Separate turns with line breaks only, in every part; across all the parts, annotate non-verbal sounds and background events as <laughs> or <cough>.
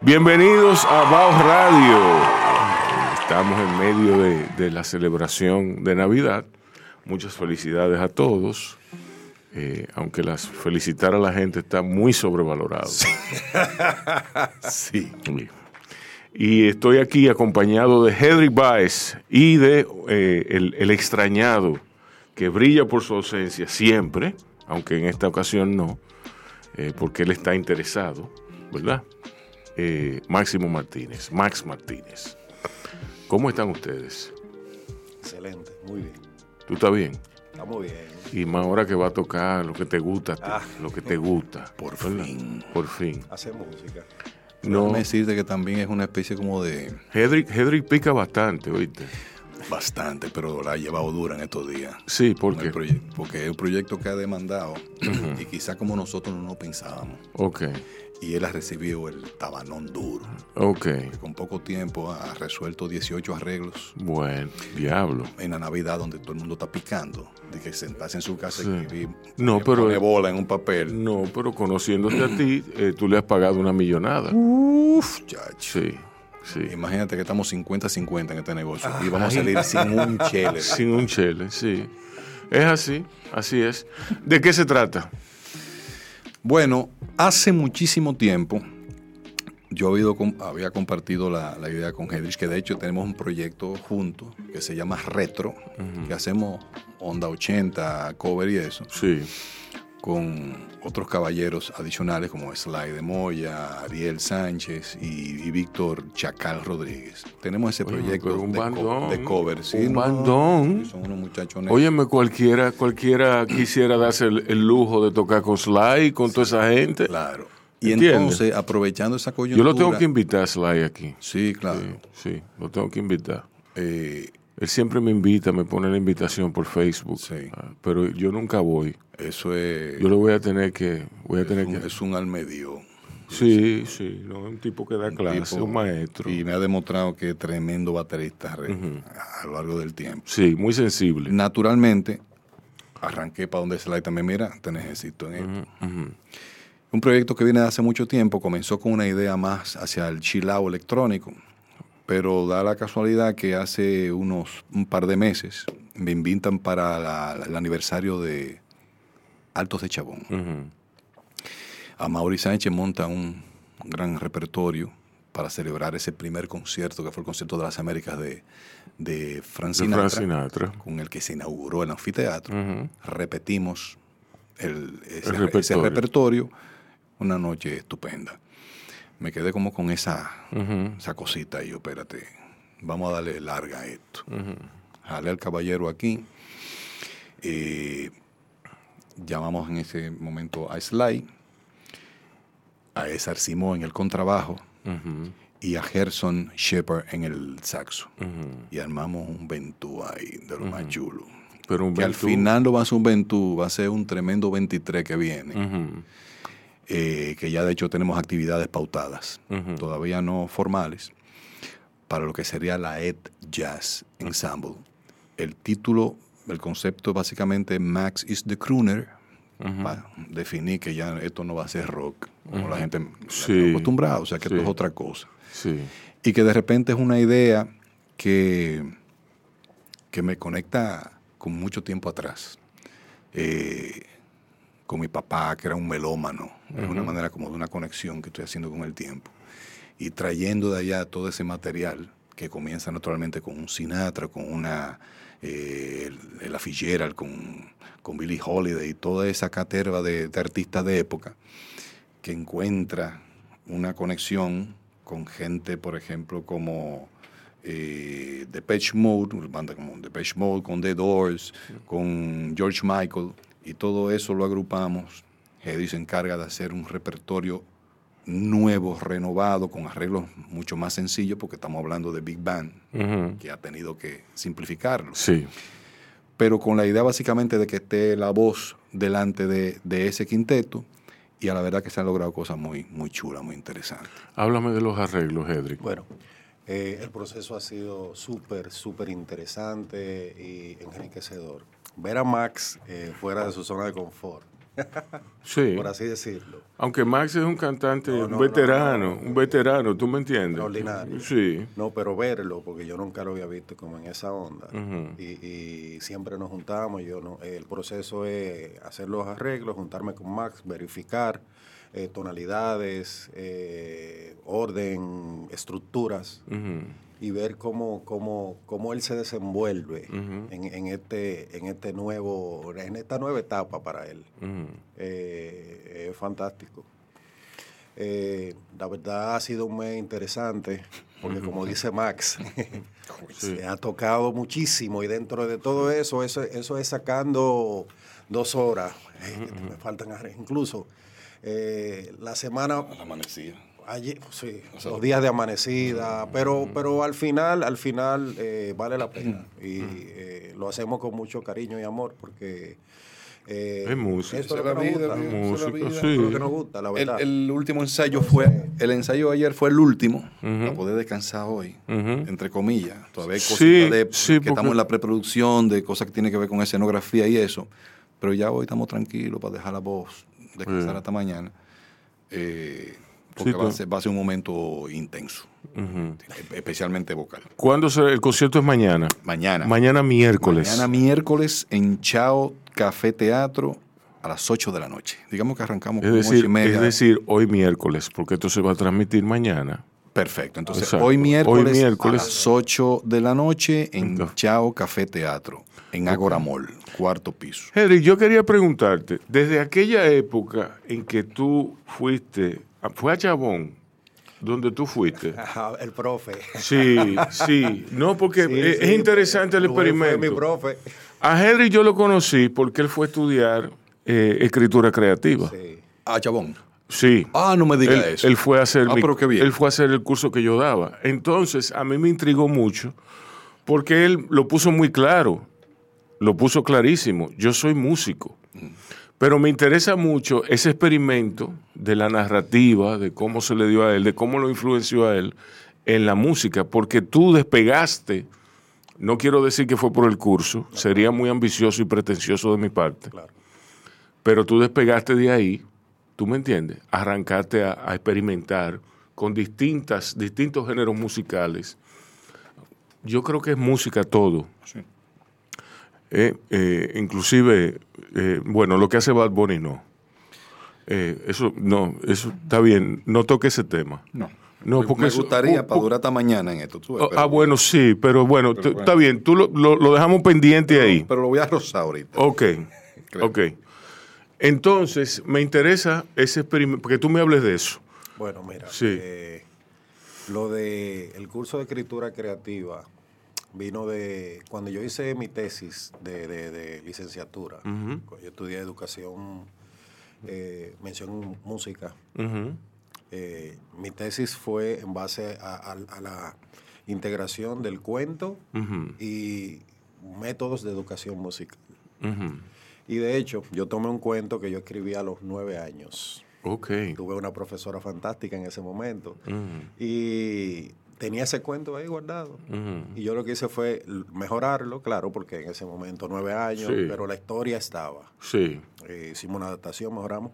Bienvenidos a Baos Radio. Estamos en medio de, de la celebración de Navidad. Muchas felicidades a todos. Eh, aunque las felicitar a la gente está muy sobrevalorado. Sí. Y estoy aquí acompañado de Henry Baez y de eh, el, el extrañado, que brilla por su ausencia siempre, aunque en esta ocasión no, eh, porque él está interesado, ¿verdad? Eh, Máximo Martínez, Max Martínez. ¿Cómo están ustedes?
Excelente, muy bien.
¿Tú estás bien?
Estamos bien.
Y más ahora que va a tocar lo que te gusta, a ti, lo que te gusta.
Ah. por
¿verdad?
fin.
Por fin.
Hace música.
No.
No,
me decirte que también es una especie como de
Hedrick, Hedrick pica bastante, ¿oíste?
bastante, pero la ha llevado dura en estos días.
Sí,
Con
porque...
el proye- porque es un proyecto que ha demandado y quizá como nosotros no lo pensábamos.
Ok,
Y él ha recibido el tabanón duro.
ok.
Con poco tiempo ha resuelto 18 arreglos
Bueno, diablo.
en la Navidad donde todo el mundo está picando. De que sentarse en su casa
Sí.
y escribir
No,
eh,
pero- Mm.
poner bola en un papel.
No, pero conociéndote a ti, eh, tú le has pagado una millonada.
Uf, chacho.
Sí, sí. Ah,
Imagínate que estamos 50-50 en este negocio y vamos a salir sin un chele.
Sin un chele, sí. Es así, así es. ¿De qué se trata?
Bueno, hace muchísimo tiempo yo había, com- había compartido la, la idea con Hedrich, que de hecho tenemos un proyecto juntos que se llama Retro, que hacemos onda 80, cover y eso,
Sí,
con otros caballeros adicionales como Sly de Moya, Ariel Sánchez y, y Víctor Chacal Rodríguez. Tenemos ese
Oye,
proyecto
pero un
de, co-
bandón,
de cover. sí,
un
no,
bandón.
Son unos muchachos
Óyeme, cualquiera, cualquiera quisiera darse el, el lujo de tocar con Sly, con toda esa gente.
Claro. Y
¿Entiendes?
entonces, aprovechando esa coyuntura...
Yo lo tengo que invitar a Sly aquí.
Sí, claro.
Sí, sí, lo tengo que invitar.
Eh,
Él siempre me invita, me pone la invitación por Facebook.
Sí.
Ah, Pero yo nunca voy.
eso es,
Yo lo voy a tener que... Voy a tener
un,
que...
es un almedio.
Sí, sí. No, es un tipo que da clase,
tipo-
un maestro.
Y me ha demostrado que es tremendo baterista re- a lo largo del tiempo.
Sí, muy sensible.
Naturalmente, arranqué para donde Sly también, mira, te necesito en él. Un proyecto que viene de hace mucho tiempo, comenzó con una idea más hacia el chilao electrónico, pero da la casualidad que hace unos un par de meses me invitan para la- la- el aniversario de Altos de Chabón.
Ujú.
A Mauri Sánchez monta un gran repertorio para celebrar ese primer concierto que fue el concierto de las Américas de, de Frank
De
Sinatra,
Frank Sinatra.
con el que se inauguró el anfiteatro.
Ujú.
Repetimos el, ese,
El
ese repertorio.
repertorio.
una noche estupenda. Me quedé como con esa,
Ujú.
esa cosita y yo, espérate, vamos a darle larga a esto. Jale al caballero aquí. Eh, llamamos en ese momento a Sly, a César Simón en el contrabajo y a Gerson Shepard en el saxo. Y armamos un Ventú ahí de lo más chulo.
Pero un
Que al
Ventú.
final no va a ser un Ventú, va a ser un tremendo 23 que viene.
Ujú.
eh, que ya de hecho tenemos actividades pautadas, todavía no formales, para lo que sería la Ed Jazz Ensemble. El título, el concepto básicamente Max is the crooner, para definir que ya esto no va a ser rock, como la gente
Sí.
está acostumbrada, o sea que esto
Sí.
es otra cosa.
Sí.
Y que de repente es una idea que, que me conecta con mucho tiempo atrás. Eh, con mi papá, que era un melómano, de alguna manera como de una conexión que estoy haciendo con el tiempo. Y trayendo de allá todo ese material que comienza naturalmente con un Sinatra, con una eh, el- la Fitzgerald, con, con Billie Holiday y toda esa caterva de- de artistas de época que encuentra una conexión con gente, por ejemplo, como eh, Depeche Mode, una banda como Depeche Mode, con The Doors, con George Michael, y todo eso lo agrupamos. Eddie se encarga de hacer un repertorio nuevo, renovado, con arreglos mucho más sencillos, porque estamos hablando de Big Band,
Ujú.
que ha tenido que simplificarlo
Sí.
pero con la idea básicamente de que esté la voz delante de, de ese quinteto y a la verdad que se han logrado cosas muy, muy chulas, muy interesantes.
Háblame de los arreglos, Hedrick.
Bueno, eh, el proceso ha sido súper, súper interesante y enriquecedor. Ver a Max eh, fuera de su zona de confort,
Sí.
por así decirlo.
Aunque Max es un cantante,
No,
un
no,
veterano,
no, no, no.
un veterano, ¿tú me entiendes?
Extraordinario.
Sí.
No, pero verlo, porque yo nunca lo había visto como en esa onda.
Ujú.
y, y siempre nos juntamos. Yo no, el proceso es hacer los arreglos, juntarme con Max, verificar eh, tonalidades, eh, orden, estructuras
Ujú.
y ver cómo, cómo, cómo él se desenvuelve en, en este, en este nuevo, en esta nueva etapa para él. Eh, es fantástico. Eh, la verdad ha sido un mes interesante, porque como dice Max, <laughs> se ha tocado muchísimo y dentro de todo eso, eso, eso es sacando dos horas, eh, que me faltan arre- incluso. eh, la semana
amanecía.
Ayer, sí, los días de amanecida, pero, pero al final, al final eh, vale la pena. Y eh, lo hacemos con mucho cariño y amor porque eh,
Es música.
Eso es
Esa
lo que
es la
nos
vida,
gusta.
amigo, esa es la
Músico,
vida.
sí.
Lo que nos gusta, la
El,
verdad.
el último ensayo fue, el ensayo de ayer fue el último, para poder descansar hoy,
Ujú.
entre comillas. Todavía hay
Sí,
cositas de,
sí,
que
porque-
estamos en la preproducción, de cosas que tienen que ver con escenografía y eso, pero ya hoy estamos tranquilos para dejar la voz, descansar
Sí.
hasta mañana, eh, porque
Sí,
va, a
tú-
ser, va a ser un momento intenso, e- especialmente vocal.
¿Cuándo se- el concierto es mañana?
Mañana.
Mañana miércoles.
Mañana miércoles en Chao Café Teatro a las 8 de la noche. Digamos que arrancamos
es
como ocho
decir,
y media.
es decir, hoy miércoles, porque esto se va a transmitir mañana.
Perfecto. Entonces,
Exacto.
hoy
Hoy
miércoles,
miércoles.
a las 8 de la noche en
Venga.
Chao Café Teatro, en Agora Mall, cuarto piso.
Henry, yo quería preguntarte, desde aquella época en que tú fuiste, a- fue a Chabón, donde tú
<laughs>
fuiste.
Ajá, el profe.
Sí, sí. No, porque
Sí,
es,
sí,
es interesante el
Rubén fue
experimento.
mi profe.
A Henry yo lo conocí porque él fue a estudiar eh, escritura creativa. Sí.
Sí.
Ah, chabón. Ah, no me diga
él,
eso.
él fue a hacer
Ah,
mi-
pero qué bien.
él fue a hacer el curso que yo daba. Entonces, a mí me intrigó mucho porque él lo puso muy claro, lo puso clarísimo. Yo soy músico. Pero me interesa mucho ese experimento de la narrativa, de cómo se le dio a él, de cómo lo influenció a él en la música, porque tú despegaste, no quiero decir que fue por el curso, sería muy ambicioso y pretencioso de mi parte,
Claro.
pero tú despegaste de ahí, tú me entiendes, arrancaste a, a experimentar con distintas, distintos géneros musicales. Yo creo que es música todo. Eh, eh, inclusive, eh, bueno, lo que hace Bad Bunny no. Eh, eso, no, eso está bien, no toque ese tema.
No.
No,
Me-
porque
me
eso-
gustaría
pu-
para
pu-
durar hasta mañana en esto. tú ves,
Oh,
pero-
ah, bueno, sí, pero bueno, tú-
bueno.
está bien, tú lo, lo- lo dejamos pendiente ahí.
Pero lo voy a rozar ahorita.
Ok, ok. Entonces, me interesa ese experimento, porque tú me hables de eso.
Bueno, mira,
Sí.
eh, lo de el curso de escritura creativa vino de cuando yo hice mi tesis de, de- de licenciatura. Yo estudié educación, eh, mención música. Eh, mi tesis fue en base a, a- a la integración del cuento y métodos de educación musical. Y de hecho, yo tomé un cuento que yo escribí a los nueve años.
Ok.
Tuve una profesora fantástica en ese momento. Y tenía ese cuento ahí guardado. Y yo lo que hice fue l- mejorarlo, claro, porque en ese momento nueve años,
Sí.
pero la historia estaba.
Sí.
Eh, hicimos una adaptación, mejoramos.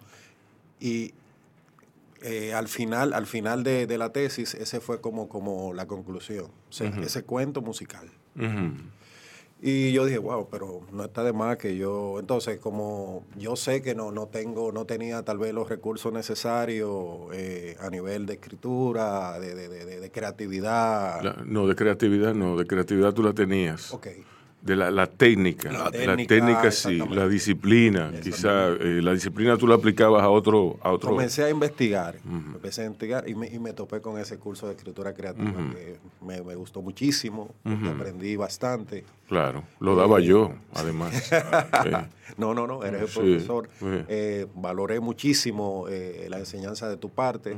Y eh, al final, al final de, de la tesis, ese fue como, como la conclusión. O sea, Ese cuento musical.
Ujú.
Y yo dije, wow, pero no está de más que yo. Entonces, como yo sé que no, no tengo, no tenía tal vez los recursos necesarios eh, a nivel de escritura, de, de- de- de- de creatividad.
La- no, de creatividad no, de creatividad tú la tenías.
Ah. Ok.
De la, la técnica,
La
la técnica,
técnica,
sí,
exactamente.
la disciplina, quizá eh, la disciplina tú la aplicabas a otro, a otro.
Comencé a investigar, empecé a investigar y me, y me topé con ese curso de escritura creativa que me, me gustó muchísimo, porque aprendí bastante.
Claro, lo
Eh.
daba yo,
<laughs>
además. Eh,
No, no, no, eres el
Sí,
profesor.
sí.
Eh, valoré muchísimo eh, la enseñanza de tu parte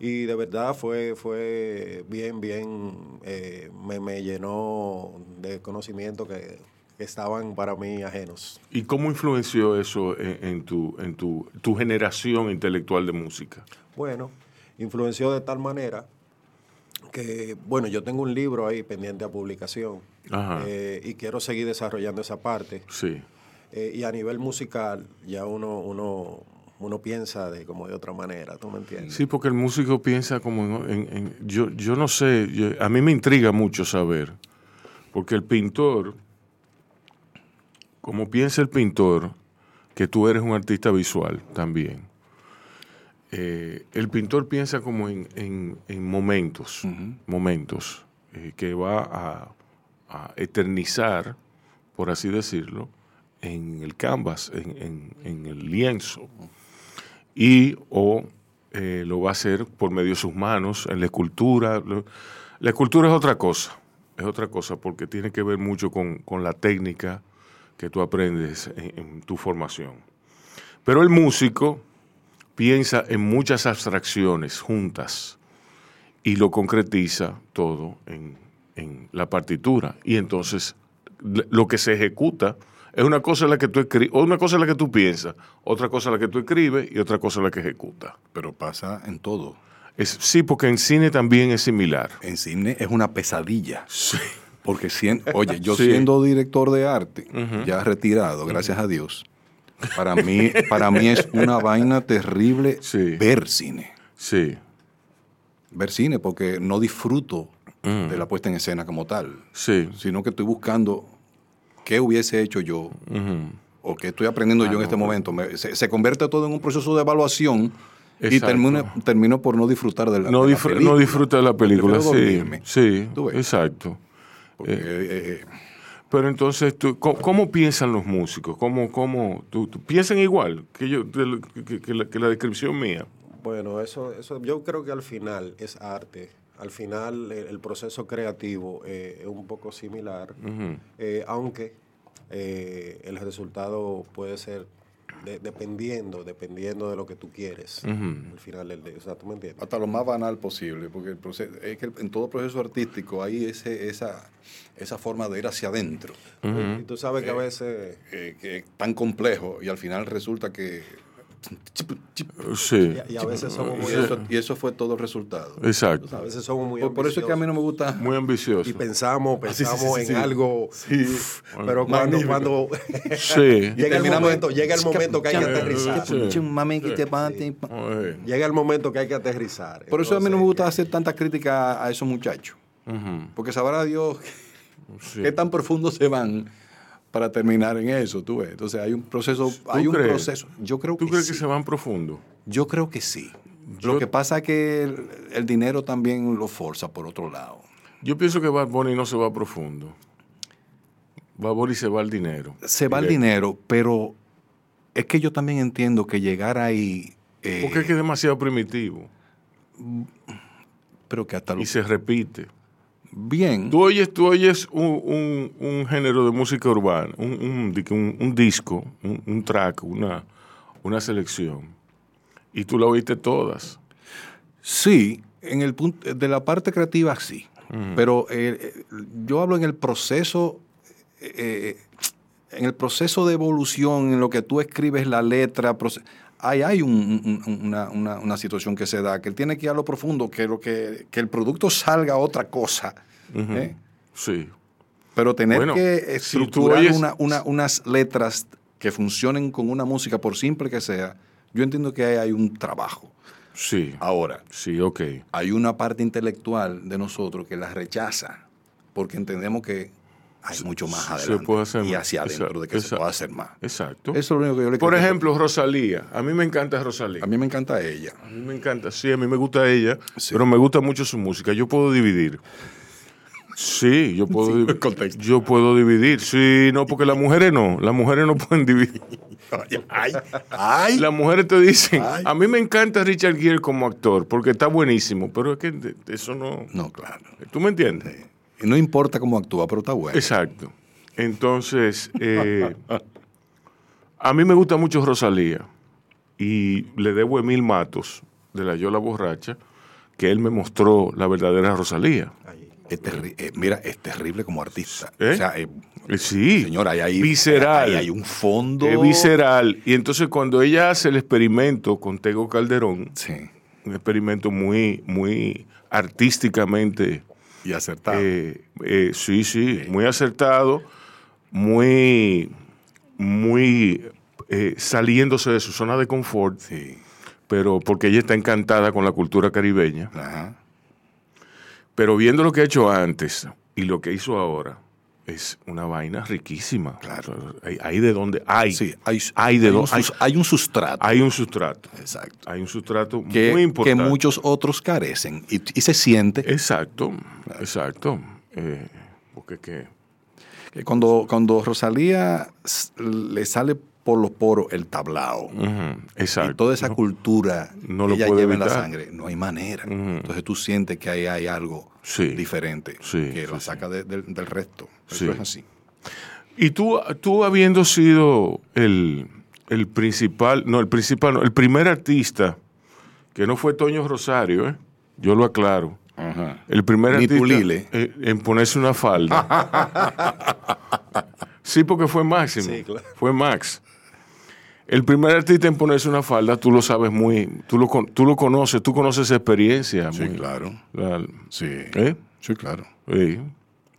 y de verdad fue, fue bien, bien, eh, me, me llenó de conocimientos que, que estaban para mí ajenos.
¿Y cómo influenció eso en, en tu, en tu, tu generación intelectual de música?
Bueno, influenció de tal manera que, bueno, yo tengo un libro ahí pendiente a publicación
Ajá.
eh, y quiero seguir desarrollando esa parte.
Sí,
Eh, y a nivel musical, ya uno, uno, uno piensa de como de otra manera, ¿tú me entiendes?
sí, porque el músico piensa como en, en- en- yo, yo no sé, yo- a mí me intriga mucho saber, porque el pintor, como piensa el pintor, que tú eres un artista visual también. eh, el pintor piensa como en, en- en momentos, momentos eh, que va a, a eternizar, por así decirlo, en el canvas, en, en- en el lienzo. Y o eh, lo va a hacer por medio de sus manos, en la escultura. Lo- La escultura es otra cosa, es otra cosa porque tiene que ver mucho con, con la técnica que tú aprendes en- en tu formación. Pero el músico piensa en muchas abstracciones juntas y lo concretiza todo en, en la partitura. Y entonces le- lo que se ejecuta es una cosa la que tú escri- o una cosa la que tú piensas, otra cosa la que tú escribes y otra cosa la que ejecuta.
Pero pasa en todo.
Es, sí, porque en cine también es similar.
En cine es una pesadilla.
Sí.
Porque, sien- oye, yo
Sí.
siendo director de arte, ya retirado, gracias a Dios, para mí, para mí es una vaina terrible
Sí.
ver cine.
Sí,
Ver cine porque no disfruto
Mm.
de la puesta en escena como tal,
sí.
sino que estoy buscando qué hubiese hecho yo
Ujú. Ah, pues.
o qué estoy aprendiendo yo en este momento. Me- se, se convierte todo en un proceso de evaluación y
Exacto.
termino, termino por no disfrutar de la,
No,
de la
disfr- no
película.
disfruta de la película,
Prefiero
sí.
dormirme.
Sí,
Tú ves.
exacto.
Porque, eh, eh,
Pero entonces, tú, ¿cómo, cómo piensan los músicos? ¿Cómo, cómo, tú, tú- piensan igual que, yo, de lo- que- que la, que la descripción mía?
Bueno, eso, eso yo creo que al final es arte. Al final el, el proceso creativo eh, es un poco similar, eh, aunque eh, el resultado puede ser de- dependiendo, dependiendo de lo que tú quieres. Al final, del día. o sea, ¿tú me entiendes?
hasta lo más banal posible, porque el proceso, es que en todo proceso artístico hay ese, esa, esa forma de ir hacia adentro,
Y tú sabes que a veces...
eh, que es tan complejo y al final resulta que...
Sí,
Y, y a veces somos
Y
muy,
eso, y eso fue todo el resultado.
a
exacto.
veces somos muy
Por, por eso es que a mí no me gusta...
Muy ambicioso.
y pensamos,
Ah, sí, sí,
pensamos
sí,
en
sí.
algo, pero cuando,
Magnífico.
cuando
Sí.
<laughs> llega el
Terminamos-
momento, llega el momento que hay que aterrizar.
Sí.
Mami, que te pate.
Oye,
Llega el momento que hay que aterrizar.
Por eso a mí no me
Entonces,
gusta hacer tanta crítica a esos muchachos,
ujú,
porque sabrá Dios
sí.
qué tan profundo se van para terminar en eso, tú ves. Entonces hay un proceso,
¿Tú
hay un
crees?
proceso. Yo creo
¿Tú
que
crees
sí.
que se van profundo?
Yo creo que sí.
Yo-
Lo que pasa es que el, el dinero también lo forza por otro lado.
Yo pienso que Bad Bunny no se va profundo. Bad Bunny se va al dinero.
Se va el
Directo.
dinero, pero es que yo también entiendo que llegar ahí, eh,
Porque es que es demasiado primitivo
pero que hasta lo...
y se repite.
Bien,
Tú oyes, tú oyes un, un- un género de música urbana, un, un di- un- un disco, un, un track, una, una selección, y tú la oíste todas.
sí, en el punto de la parte creativa sí, pero eh, eh, yo hablo en el proceso, eh, en el proceso de evolución, en lo que tú escribes la letra, proce- ahí hay un- un- un- una, una- una situación que se da, que él tiene que ir a lo profundo, que, lo que, que el producto salga otra cosa. ¿eh?
Sí.
Pero tener
Bueno, si tú
que estructurar
oyes-
una- una- unas letras que funcionen con una música, por simple que sea, yo entiendo que ahí hay un trabajo.
Sí.
Ahora,
Sí, ok.
hay una parte intelectual de nosotros que la rechaza, porque entendemos que hay mucho más
Se
adelante
puede hacer
y
más.
hacia adentro
Exacto,
de que se
exacto.
pueda hacer más.
Exacto.
Eso es lo único que yo le
Por
critico.
ejemplo, Rosalía. A mí me encanta Rosalía.
pues. A mí me encanta ella.
A mí me encanta, sí, a mí me gusta ella,
Sí.
pero me gusta mucho su música. Yo puedo dividir. Sí, yo puedo dividir. Yo puedo dividir. Sí, no, porque las mujeres no. Las mujeres no pueden dividir.
Ay, ay.
Las mujeres te dicen,
Ay.
a mí me encanta Richard Gere como actor, porque está buenísimo, pero es que de- eso no...
No, claro.
¿Tú me entiendes?
Y No importa cómo actúa, pero está bueno.
Exacto. Entonces, eh, a mí me gusta mucho Rosalía y le debo a Emil Matos, de la Yola Borracha, que él me mostró la verdadera Rosalía.
Es terri- eh, mira, es terrible como artista.
¿Eh?
O sea, eh,
Eh, Sí,
señora, hay ahí
visceral.
Hay, hay un fondo.
Es visceral. Y entonces cuando ella hace el experimento con Tego Calderón,
Sí.
un experimento muy, muy artísticamente
Y acertado.
Eh, eh, sí, sí, muy acertado, muy, muy eh, saliéndose de su zona de confort,
sí.
pero porque ella está encantada con la cultura caribeña.
Ajá.
Pero viendo lo que ha hecho antes y lo que hizo ahora, es una vaina riquísima.
Claro.
Hay, hay de donde hay.
Sí, hay,
hay de
hay un,
dónde- hay-
sus- hay un sustrato.
Hay un sustrato.
Exacto.
Hay un sustrato
que,
muy
que
importante. Eh.
muchos otros carecen y, y se siente
Exacto, exacto. Eh, porque es que
que cuando, cuando Rosalía s- le sale por los poros el tablao
Ujú,
y
Mm, exacto.
toda esa cultura
no
que
lo
ella
puede
lleva en la
evitar.
sangre, no hay manera. Entonces tú sientes que ahí hay algo
Sí.
diferente
Sí,
que
sí,
la
sí.
saca de- del- del resto. Eso
Sí.
es así.
Y tú, tú habiendo sido el, el principal, no, el principal, no, el primer artista, que no fue Toño Rosario, ¿eh? yo lo aclaro. El primer
Ni
artista
Tulile.
eh, en ponerse una falda.
<laughs>
sí, porque fue Máximo.
Sí, claro.
Fue Max. El primer artista en ponerse una falda, tú lo sabes muy, tú lo, con- tú lo conoces, tú conoces esa experiencia.
Sí,
muy-
claro.
la-
Sí.
¿eh?
Sí, claro.
Sí.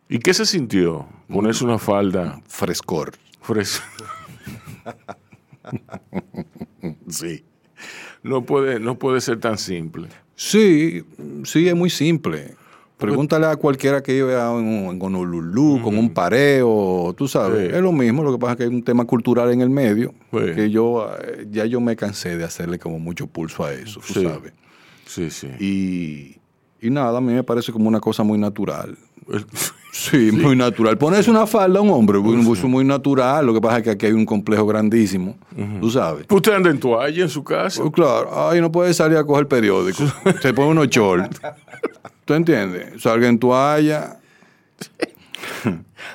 ¿Y qué se sintió
Mm.
ponerse una falda?
Frescor.
Fres-
Sí.
No puede, no puede ser tan simple.
Sí, sí, es muy simple. Pregúntale a cualquiera que vive a- en, en Honolulu, con un pareo, tú sabes.
Sí.
Es lo mismo, lo que pasa es que hay un tema cultural en el medio,
Sí.
que yo eh, ya yo me cansé de hacerle como mucho pulso a eso, tú
Sí.
sabes.
Sí, sí.
Y, y nada, a mí me parece como una cosa muy natural. Sí, muy natural. Ponerse una falda a un hombre,
Pues
muy, muy- muy natural. Lo que pasa es que aquí hay un complejo grandísimo, tú sabes.
Usted anda en toalla en su casa.
Pues claro, ay, no puede salir a
<laughs>
coger periódico. Se pone unos shorts. ¿Tú entiendes? Salga en toalla.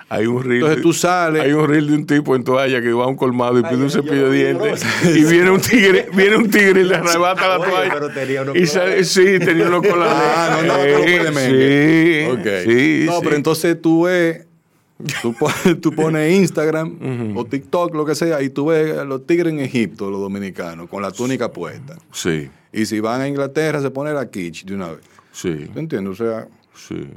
Hay un reel.
Entonces
de-
tú sales.
Hay un reel de un tipo en toalla que va a un colmado y pide un
yo-
cepillo
yo-
de dientes. Y viene un tigre, viene un tigre y le arrebata la
Oye,
toalla.
pero tenía uno
y
con
sale-
la-
sí, tenía uno con la
Ah, no, no, no,
Eh,
no,
Sí,
Ok.
sí,
No,
sí.
pero entonces tú ves. Tú, pon- <laughs> tú pones Instagram o TikTok, lo que sea, y tú ves a los tigres en Egipto, los dominicanos, con la túnica puesta.
Sí,
Y si van a Inglaterra, se pone la kitsch de una vez.
sí,
¿Tú entiendes? O sea,
sí.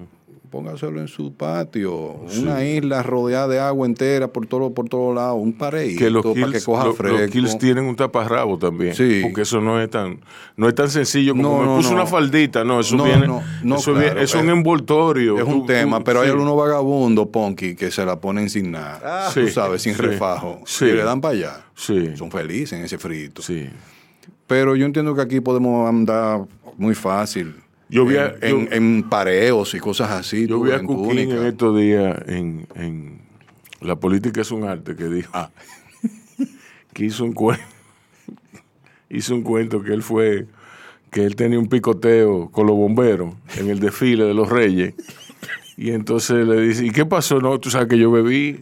póngaselo en su patio. Una isla rodeada de agua entera por todos por todo lados. Un pareíto
Que los
para que
kills,
coja
lo- los
fresco.
kills tienen un taparrabo también.
Sí.
Porque eso no es tan, no es tan sencillo como
No,
me
no,
puso
no.
una faldita. No, eso
No,
viene.
no, no,
eso
claro,
viene- es un
es-
envoltorio.
Es
Tú-
un
tú-
tema, pero hay
sí.
algunos vagabundos, Ponky, que se la ponen sin nada.
Ah.
tú
Sí,
sabes, sin
sí,
refajo.
sí.
Y le dan para allá.
Sí.
Son felices en ese frito.
Sí.
Pero yo entiendo que aquí podemos andar muy fácil.
Yo vi a-
en, en-
yo-
en pareos y cosas así.
Yo
tú,
vi a
en
Cuquín
túnica.
en estos días en, en La política es un arte que dijo
Ah.
<laughs> que hizo un cuento <laughs> hizo un cuento que él fue que él tenía un picoteo con los bomberos en el desfile de los
<laughs>
reyes y entonces le dice ¿y qué pasó? no, tú sabes que yo
<laughs>
bebí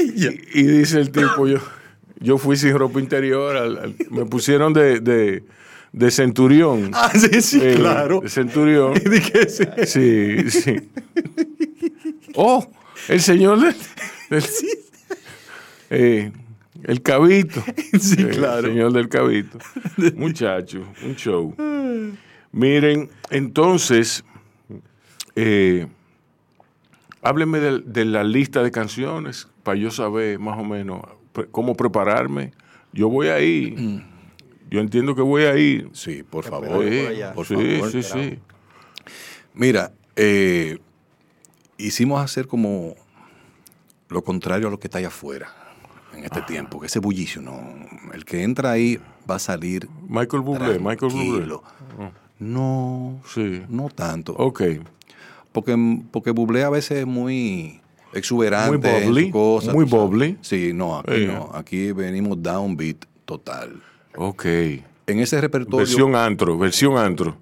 y, y dice el tipo yo, yo fui sin ropa interior al- al- me pusieron de, de, de centurión
<laughs> Ah, sí, sí,
eh,
claro.
de centurión
<laughs> Dije, sí.
Sí, sí. Oh, el señor de- del- Eh, El cabito.
Sí, claro.
El señor del cabito. Muchacho, un show. Miren, entonces, eh, háblenme de, de la lista de canciones para yo saber más o menos pre- cómo prepararme. Yo voy a ir.
Mm.
Yo entiendo que voy a ir.
Sí, por favor.
Esperaré.
Voy
por
a ir.
allá.
Por
sí,
favor.
sí, sí.
Mira, eh, hicimos hacer como lo contrario a lo que está allá afuera en
Ah.
este tiempo, que ese bullicio, no. El que entra ahí va a salir
Michael Bublé, Michael Bublé. Mm.
tranquilo. No,
Sí. Oh.
no tanto.
Ok.
Porque, porque Bublé a veces es muy exuberante.
Muy bubbly,
en su cosa,
muy
tú sabes.
bubbly.
Sí, no, aquí
Eh.
no. Aquí venimos downbeat total.
Ok.
En ese repertorio.
Versión antro, versión antro.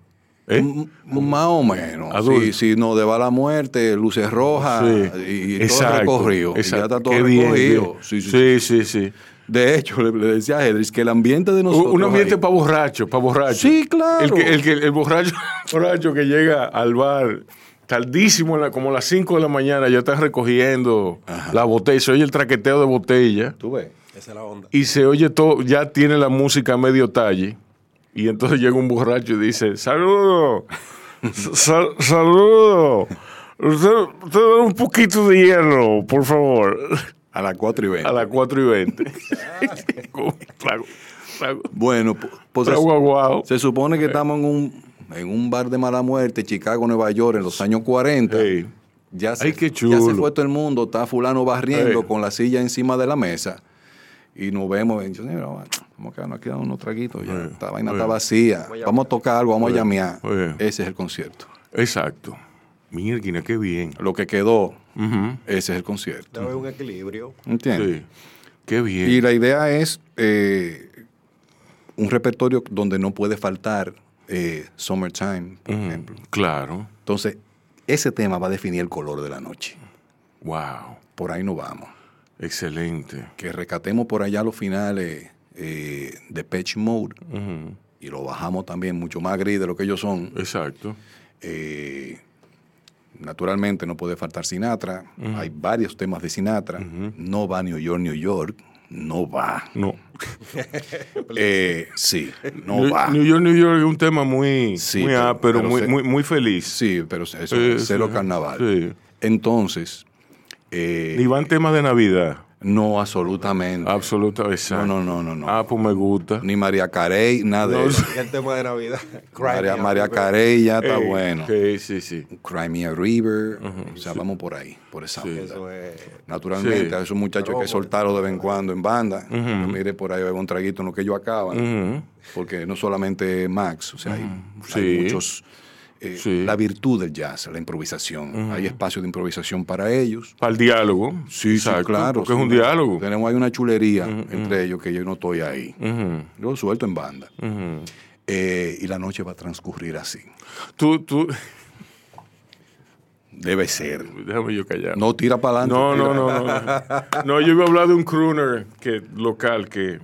¿Eh?
m- Más o menos.
Adulto.
Sí, sí, no, de bala muerte, luces rojas
Sí.
ah, y, y todo
Exacto,
recorrido. Y ya
exacto.
está todo
Qué bien,
recogido.
bien.
Sí, sí,
sí,
sí.
sí, sí.
De hecho, le, le decía a Hedris que el ambiente de
Un-
nosotros.
Un ambiente
ahí-
para borracho, para borracho.
Sí, claro.
El, que- el, que- el borracho, <laughs> borracho que llega al bar tardísimo, en la- como a las 5 de la mañana, ya está recogiendo la botella, se oye el traqueteo de botella
Tú ves.
Esa es la onda.
y se oye todo, ya tiene la música a medio talle y entonces llega un borracho y dice,
<laughs>
saludo, sal- saludo, usted, usted da un poquito de hierro, por favor, <laughs>
A las 4 y 20.
a las 4 y
<laughs>
20. Con un trago, trago,
Bueno, pu- pues.
trago aguado.
Se supone que estamos en un, en un bar de mala muerte, Chicago, Nueva York, en los años 40.
Ey.
Ya, se,
Ay, qué
ya se
chulo.
fue todo el mundo, está fulano barriendo
Ey.
con la silla encima de la mesa. Y nos vemos, y yo, mira, vamos a quedarnos aquí dando unos traguitos. ya, esta vaina está vacía. Vamos a tocar algo, vamos a llamear.
Ey.
Ese es el concierto.
Exacto. Mierguina, qué bien.
Lo que quedó, ese es el concierto.
Debe haber un equilibrio.
¿Entiendes?
Sí. Qué bien.
Y la idea es eh, un repertorio donde no puede faltar eh, Summertime, por
Ujú,
ejemplo.
Claro.
Entonces, ese tema va a definir el color de la noche.
Wow.
Por ahí no vamos.
Excelente.
Que rescatemos por allá los finales eh, de Patch Mode
Ujú,
y lo bajamos también mucho más gris de lo que ellos son.
Exacto.
Eh, naturalmente no puede faltar Sinatra. Hay varios temas de Sinatra. No va New York, New York. No va.
No.
Eh, sí, no
New,
va.
New York, New York es un tema muy,
Sí,
muy
pero-
ápero,
pero
muy,
se-
muy, muy feliz.
Sí, pero eso,
Eh,
cero
sí,
carnaval.
sí.
Entonces, eh,
Ni Ah, van temas de Navidad.
no absolutamente.
Absolutamente.
No, no, no, no, no.
Ah, pues me gusta.
ni María Carey, nada Ah, de
No,
eso.
Y el tema de Navidad.
<laughs>
Cry
María,
me a
María
river.
Carey ya está
Ey,
bueno.
Eh, Sí, sí, sí.
Cry Me a River, o sea, vamos por ahí, por esa onda.
Eso es.
Naturalmente,
Sí.
a esos muchachos hay que soltaron de vez en cuando en banda, que mire por ahí bebe un traguito en lo que ellos acaban,
Ujú,
porque no solamente Max, o sea, hay,
Sí.
hay muchos... eh,
Sí.
La virtud del jazz, la improvisación, hay espacio de improvisación para ellos.
Para el diálogo.
Sí, sí,
Exacto,
claro.
Porque es
sí.
un diálogo.
Tenemos ahí una chulería entre ellos que yo no estoy ahí.
Ujú,
Yo lo suelto en banda.
ujú.
Eh, y la noche va a transcurrir así.
Tú, tú. <laughs>
Debe ser.
Déjame yo callar.
No tira para adelante.
No, no, no, no. No, yo iba a hablar de un crooner que, local que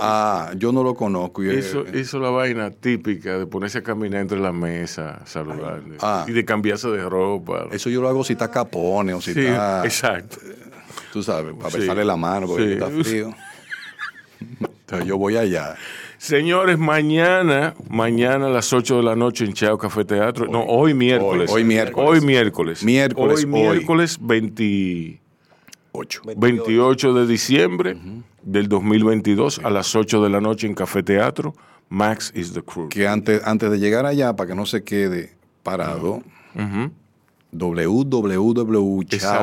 Ah, yo no lo conozco. y, eh,
hizo, hizo la vaina típica de ponerse a caminar entre la mesa, saludar
Ah.
y de cambiarse de ropa.
Eso yo lo hago si está capone o si
Sí,
está.
exacto.
Tú sabes, para
Sí.
besarle la mano porque
Sí.
está frío. Entonces yo voy allá.
Señores, mañana, mañana a las 8 de la noche en Chao Café Teatro. no, hoy miércoles.
hoy miércoles.
Hoy miércoles.
Miércoles,
Hoy
hoy.
miércoles 20
Ocho.
28 de diciembre del 2022 a las 8 de la noche en Café Teatro. Max is the crew.
Que antes, antes de llegar allá, para que no se quede parado,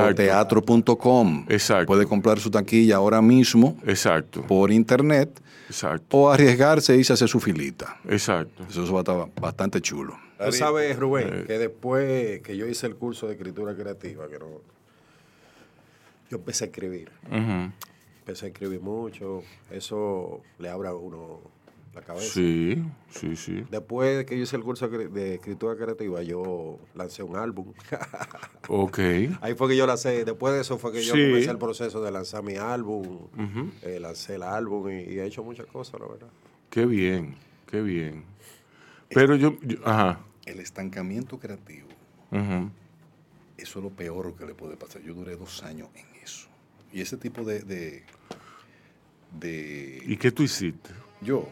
www.chaoteatro.com.
Exacto.
Puede comprar su taquilla ahora mismo
Exacto,
por internet
exacto,
o arriesgarse y se hace su filita.
exacto.
Eso va a estar bastante chulo.
Tú sabes, Rubén, que después que yo hice el curso de escritura creativa, que no, yo empecé a escribir. Empecé a escribir mucho. Eso le abre a uno la
Pues.
cabeza.
Sí, sí, sí.
Después de que yo hice el curso cre- de escritura creativa, yo lancé un álbum. <laughs>
Ok.
Ahí fue que yo lancé. Después de eso fue que yo
Sí.
comencé el proceso de lanzar mi álbum. Eh, lancé el álbum y, y he hecho muchas cosas, la verdad.
Qué bien, qué bien. Pero yo, yo- ajá.
El estancamiento creativo,
ujú.
eso es lo peor que le puede pasar. Yo duré dos años en eso. Y ese tipo de, de, de...
¿Y qué tú hiciste?
Yo,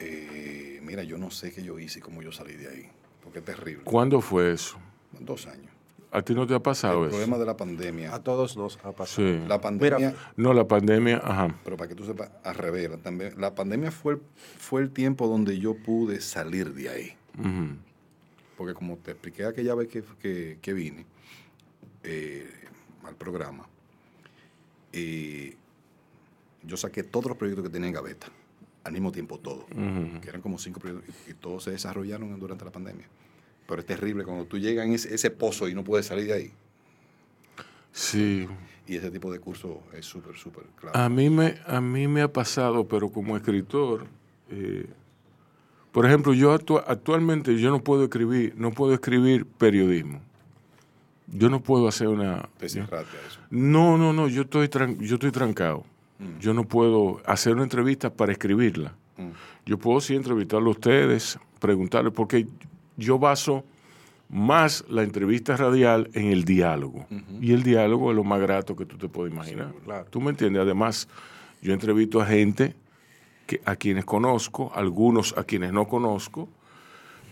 eh, mira, yo no sé qué yo hice y cómo yo salí de ahí, porque es terrible.
¿Cuándo fue eso?
Dos años.
¿A ti no te ha pasado eso?
El problema de la pandemia.
A todos nos ha pasado.
Sí.
La pandemia,
No, la pandemia, ajá.
pero para que tú sepas, al revés, la, también- la pandemia fue, fue el tiempo donde yo pude salir de ahí.
Ujú.
Porque como te expliqué aquella vez que, que- que vine eh, al programa, eh, yo saqué todos los proyectos que tenía en gaveta, al mismo tiempo todos, que eran como cinco proyectos, y, y todos se desarrollaron durante la pandemia. Pero es terrible cuando tú llegas en ese, ese pozo y no puedes salir de ahí.
Sí.
Y ese tipo de curso es súper, súper clave.
A mí, me, a mí me ha pasado, pero como escritor, eh, por ejemplo, yo actua- actualmente yo no puedo escribir, no puedo escribir periodismo. Yo no puedo hacer una...
Te cerraste a eso.
No, no, no, yo estoy, tran- yo estoy trancado. Yo no puedo hacer una entrevista para escribirla. Yo puedo sí entrevistarlo a ustedes, preguntarles, porque yo baso más la entrevista radial en el diálogo. Y el diálogo es lo más grato que tú te puedes imaginar. Tú me entiendes. Además, yo entrevisto a gente que, a quienes conozco, algunos a quienes no conozco,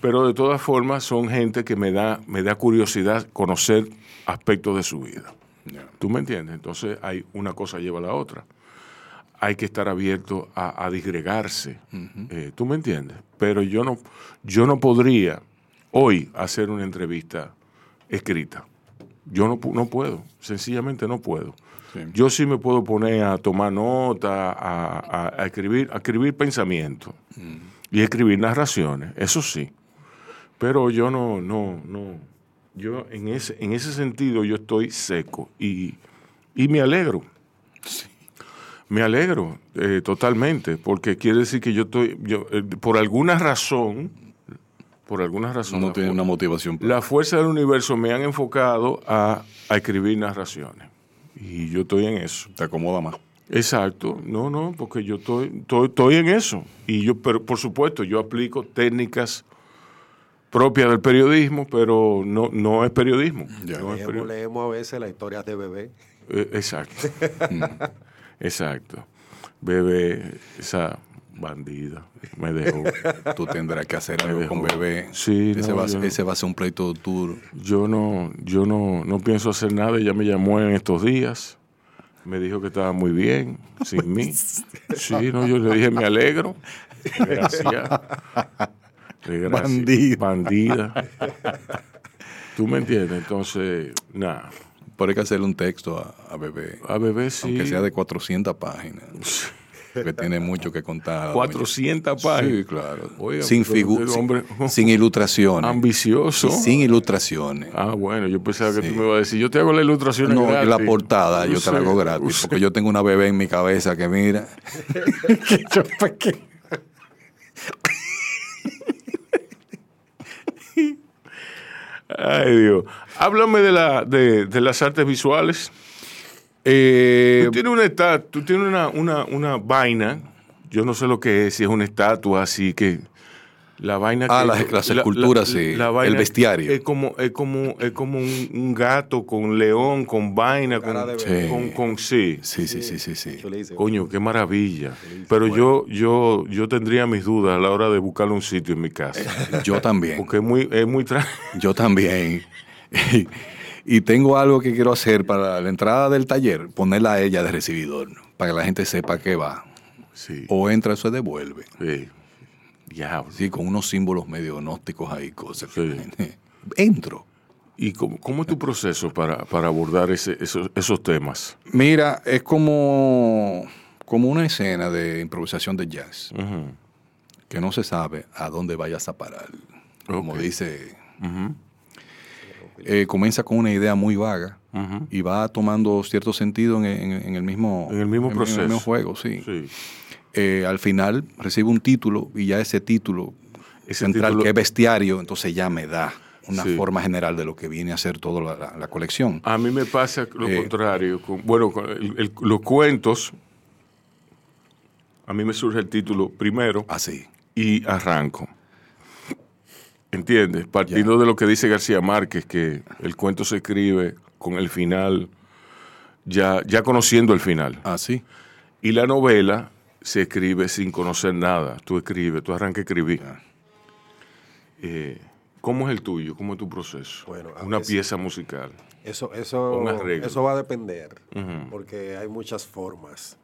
pero de todas formas son gente que me da, me da curiosidad conocer aspectos de su vida.
Ya.
¿Tú me entiendes? Entonces hay una cosa lleva a la otra. Hay que estar abierto a, a disgregarse. Eh, ¿Tú me entiendes? Pero yo no, yo no podría hoy hacer una entrevista escrita. Yo no, pu- no puedo, sencillamente no puedo.
Sí.
Yo sí me puedo poner a tomar nota, a, a- a escribir, a escribir pensamientos
Mm.
y escribir narraciones, eso sí. Pero yo no, no, no. Yo en ese, en ese sentido yo estoy seco y, y me alegro. Me alegro eh, totalmente, porque quiere decir que yo estoy, yo, eh, por alguna razón, por alguna razón,
No
la
tiene
fu-
una motivación.
las fuerzas del universo me han enfocado a, a escribir narraciones. Y yo estoy en eso.
Te acomoda más.
Exacto, no, no, porque yo estoy, estoy, estoy en eso. Y yo, pero por supuesto, yo aplico técnicas propias del periodismo, pero no, no es periodismo.
Ya.
No es
Leemos,
periodismo.
leemos a veces las historias de bebé.
Eh, exacto. <laughs> exacto. Bebé, esa bandida, me dejó.
Tú tendrás que hacer
Me
algo
dejó.
con bebé.
Sí,
ese,
no,
va, a-
yo no.
ese va a ser un pleito duro.
Yo no, yo no, no pienso hacer nada, ella me llamó en estos días. Me dijo que estaba muy bien, sin
<laughs>
mí. Sí, no, yo le dije, me alegro. Gracias.
<laughs> Bandida. <laughs>
Bandida. ¿Tú me entiendes? Entonces, nada.
Pero hay que hacerle un texto a, a bebé.
A bebé Ah, sí.
Aunque sea de 400 páginas. que tiene mucho que contar.
400 páginas.
Sí, claro.
Oiga,
sin
pero
figu-
el
sin-
hombre- <laughs>
sin ilustraciones.
Ambicioso.
Sin ilustraciones.
Ah, bueno, yo pensaba que tú me ibas a decir, yo te hago la ilustración
No,
gratis.
la portada yo te la hago
Sí,
gratis.
sí.
Porque yo tengo una bebé en mi cabeza que mira. que yo pa' qué.
Ay, Dios. Háblame de, la, de, de las artes visuales.
Eh,
Tú tienes una estatua, tú tienes una, una, una vaina, yo no sé lo que es, si es una estatua, así que la vaina
Ah,
que-
las- las esculturas, sí, eh, el bestiario.
Es como, es como, es como un, un gato con león, con vaina, con,
Cara de
bebé.
con, con- sí.
sí, sí, sí, sí, sí.
Chulísimo.
Coño, qué maravilla. Pero yo, yo, yo tendría mis dudas a la hora de buscarle un sitio en mi
<laughs>
casa. <laughs>
Yo también.
Porque es muy, es muy tra- <laughs>
Yo también. y tengo algo que quiero hacer para la entrada del taller, ponerla a ella de recibidor, ¿no? para que la gente sepa que va.
Sí.
O entra, se devuelve.
Sí. Diablo.
Sí, con unos símbolos medio gnósticos ahí, cosas. que
Sí.
la gente- Entro.
¿Y cómo, cómo es tu proceso para, para abordar ese- esos, esos temas?
Mira, es como, como una escena de improvisación de jazz,
Ujú.
que no se sabe a dónde vayas a parar. Como
Ok.
dice, eh, comienza con una idea muy vaga y va tomando cierto sentido en, en- en el mismo
En el mismo
En el
proceso.
mismo juego, sí.
Sí.
Eh, al final recibe un título y ya ese título
Ese
central
título-
que es bestiario, entonces ya me da una
Sí. Ah.
forma general de lo que viene a ser toda la, la- la colección.
A mí me pasa lo
Eh.
contrario. con- bueno, con el- el- los cuentos, a mí me surge el título primero
Así.
y arranco. ¿Entiendes? Partiendo de lo que dice García Márquez, que el cuento se <laughs>
Ah.
escribe con el final, ya, ya conociendo el final.
Así.
Y la novela se escribe sin conocer nada. Tú escribes, tú arrancas a escribir. Eh, ¿Cómo es el tuyo? ¿Cómo es tu proceso?
Bueno, a
Una
veces-
pieza musical.
Eso, eso,
Un arreglo.
eso va a depender,
Ujú.
porque hay muchas formas.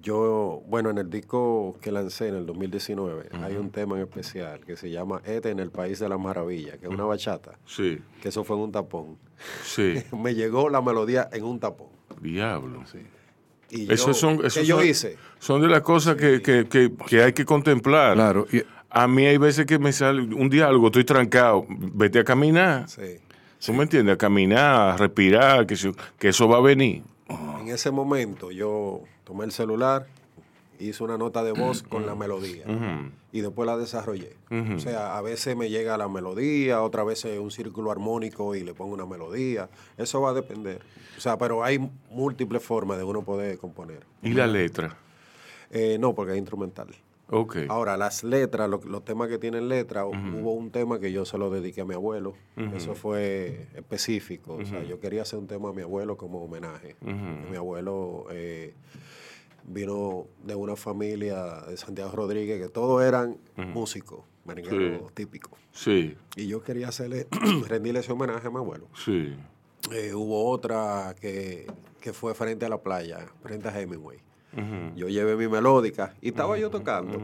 Yo, bueno, en el disco que lancé en el 2019 hay un tema en especial que se llama Ete en el País de las Maravillas, que es una bachata,
Sí,
que eso fue en un tapón. <laughs>
sí.
Me llegó la melodía en un tapón.
Diablo.
Y
Eso
yo-
son, eso
que yo
son-
hice.
Son de las cosas que, que- que- que hay que contemplar.
Claro. y-
A mí hay veces que me sale un diálogo, estoy trancado, vete a caminar.
Sí.
¿Tú me entiendes? A caminar, a respirar, que, si- que eso va a venir.
En ese momento yo tomé el celular, hice una nota de voz con la melodía y después la desarrollé. O sea, a veces me llega la melodía, otra vez es un círculo armónico y le pongo una melodía. Eso va a depender. O sea, pero hay múltiples formas de uno poder componer.
¿Y la letra?
Eh, no, porque es instrumental.
Ok.
Ahora, las letras, lo- los temas que tienen letra, hubo un tema que yo se lo dediqué a mi abuelo. Eso fue específico. O sea, yo quería hacer un tema a mi abuelo como homenaje. Mi abuelo eh, vino de una familia de Santiago Rodríguez que todos eran músicos, merengueros
Sí.
típicos.
Sí,
Y yo quería hacerle, <clears throat> rendirle ese homenaje a mi abuelo.
sí.
Eh, hubo otra que, que fue frente a la playa, frente a Hemingway. Yo llevé mi melódica y estaba yo tocando.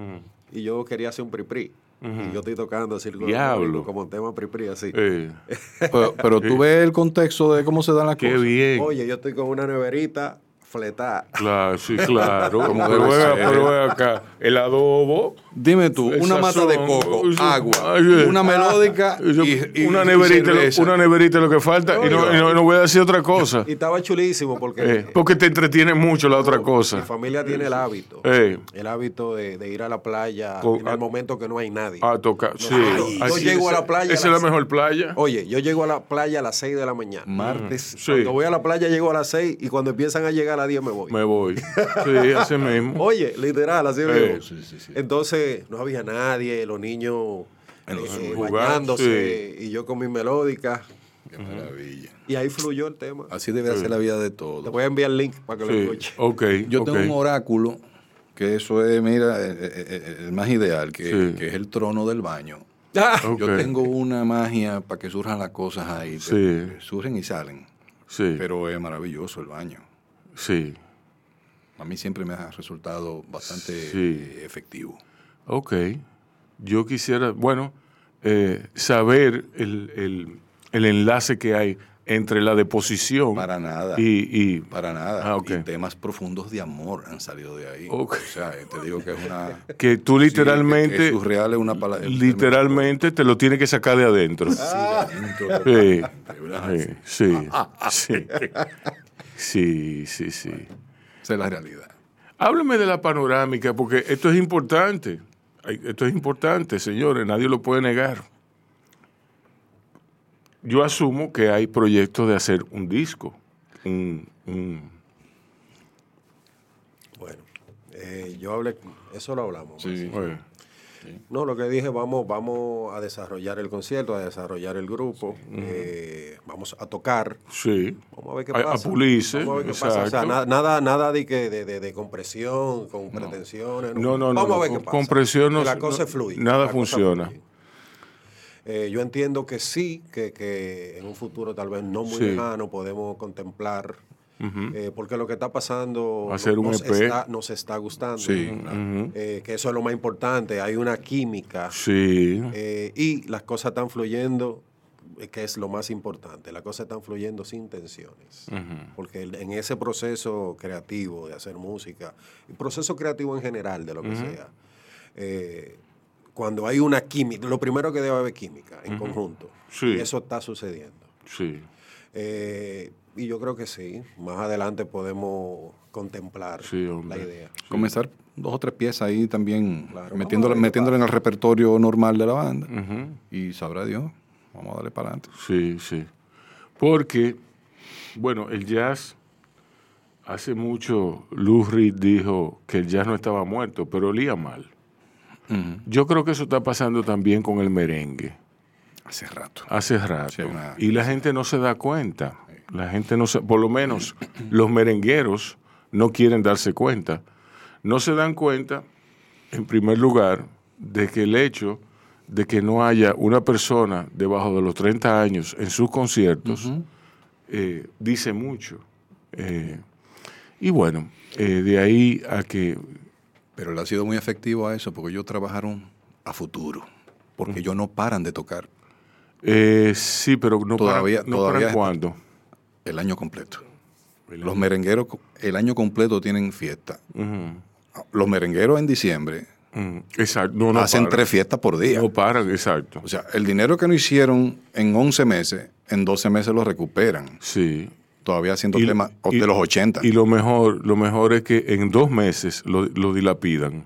Y yo quería hacer un pri-pri. Y yo estoy tocando así
Diablo.
como tema pri-pri así.
Eh,
pero, pero tú ves el contexto de cómo se dan las
qué
cosas.
bien.
Oye, yo estoy con una neverita fletada.
Claro,
<laughs>
sí, claro.
Como
pero,
debe
ven acá,
ser.
pero ven acá, el adobo.
Dime tú,
El
una mata de
sazón,
coco,
uy, sí.
agua,
Ay, eh.
una melódica
Yo-
y, y-
una,
y
neverita,
cerveza.
lo- una neverita es lo que falta y no, y no- y no voy a decir otra cosa.
<laughs>
Y estaba chulísimo porque
Eh, porque te entretiene mucho la otra
mi
cosa.
familia tiene el hábito.
Eh,
El hábito de, de ir a la playa
Con-
en el momento que no hay nadie.
a tocar. Ah, Sí,
Ay, yo
así
llego a
es.
la playa a
Esa es
las-
la mejor playa.
Oye, yo llego a la playa a las 6 de la mañana.
Mm.
martes.
Sí,
Cuando voy a la playa llego a las 6 y cuando empiezan a llegar a las 10 me voy.
me
<laughs>
voy. Sí, así mismo.
Oye, literal, así mismo.
sí,
Entonces, no había nadie, los niños
En los
eh,
jugando,
bañándose, y yo con mi melódica,
Qué maravilla.
y ahí fluyó el tema.
Así debe ser la vida de
Te
todos.
voy a enviar el link para que lo
Sí,
escuches.
ok.
Yo
ok.
tengo un oráculo, que eso es, mira, eh, el, el- el más ideal, que,
Sí.
que es el trono del baño.
<laughs> Ah,
Ok.
Yo tengo una magia para que surjan las cosas ahí.
Sí.
Surgen y salen.
Sí,
Pero es maravilloso el baño.
sí.
A mí siempre me ha resultado bastante
Sí.
eh, efectivo.
Ok. Yo quisiera, bueno, eh, saber el, el- el enlace que hay entre la deposición
Para nada.
y... y-
Para nada.
Ah, ok.
Y temas profundos de amor han salido de ahí.
Ok.
O sea, eh, te digo que es
<laughs>
una.
que tú
Sí, que- que
literalmente,
es surreal es una palabra.
literalmente te lo tienes que sacar de adentro.
Ah.
Sí, sí, sí,
<laughs>
sí, sí, sí, sí.
Esa es la realidad.
Háblame de la panorámica, porque esto es importante. Ay, Esto es importante, señores, nadie lo puede negar. Yo asumo que hay proyectos de hacer un disco. un- un-
Bueno, eh, yo hablé, eso lo hablamos. Marcelo.
eh,
No, lo que dije, vamos, vamos a desarrollar el concierto, a desarrollar el grupo, eh, vamos a tocar.
sí.
Vamos a ver qué
A- a
pasa.
pulirse,
Vamos a ver qué pasa. O sea,
exacto.
na- nada, nada de, que de, de- de compresión, con pretensiones.
No, no, no,
Vamos
no,
a ver qué
con-
pasa.
compresión no
Que la
se-
cosa
no-
fluye.
nada
la cosa
funciona.
fluye. Eh, yo entiendo que sí, que, que en un futuro tal vez no muy
Sí.
lejano podemos contemplar, eh, porque lo que está pasando
Hacer un E
nos,
EP.
está, nos está gustando.
Sí,
Eh, que eso es lo más importante, hay una química
Sí.
eh, y las cosas están fluyendo, eh, que es lo más importante, las cosas están fluyendo sin tensiones. Porque el- en ese proceso creativo de hacer música, el proceso creativo en general, de lo que sea, eh, cuando hay una química, lo primero que debe haber química en conjunto.
Sí.
Y eso está sucediendo.
Sí.
Eh, y yo creo que sí, más adelante podemos contemplar
Sí, hombre.
la idea.
Comenzar dos o tres piezas ahí también, metiéndole,
Claro. Vamos a ver qué
metiéndole en el repertorio normal de la banda.
Ujú.
Y sabrá Dios, vamos a darle para adelante.
Sí, sí. Porque, bueno, el jazz, hace mucho Lou Reed dijo que el jazz no estaba muerto, pero olía mal. Yo creo que eso está pasando también con el merengue,
Hace rato.
hace rato.
Sí, una-
y la gente no se da cuenta, la gente no se, por lo menos los merengueros no quieren darse cuenta No se dan cuenta, en primer lugar, de que el hecho de que no haya una persona debajo de los 30 años en sus conciertos eh, dice mucho. Eh, y bueno, eh, de ahí a que
Pero él ha sido muy efectivo a eso porque ellos trabajaron a futuro. Porque ellos no paran de tocar
eh, sí, pero no
Todavía-
para, no
todavía
para
está-
cuándo.
el año completo. Los merengueros co- el año completo tienen fiesta. Los merengueros en diciembre
Mm, Exacto, no, no
hacen
paran.
tres fiestas por día.
No paran, exacto.
O sea, el dinero que no hicieron en 11 meses, en 12 meses lo recuperan.
Sí.
Todavía haciendo
Y-
temas o-
y-
de los 80.
Y lo mejor, lo mejor es que en dos meses lo, lo dilapidan.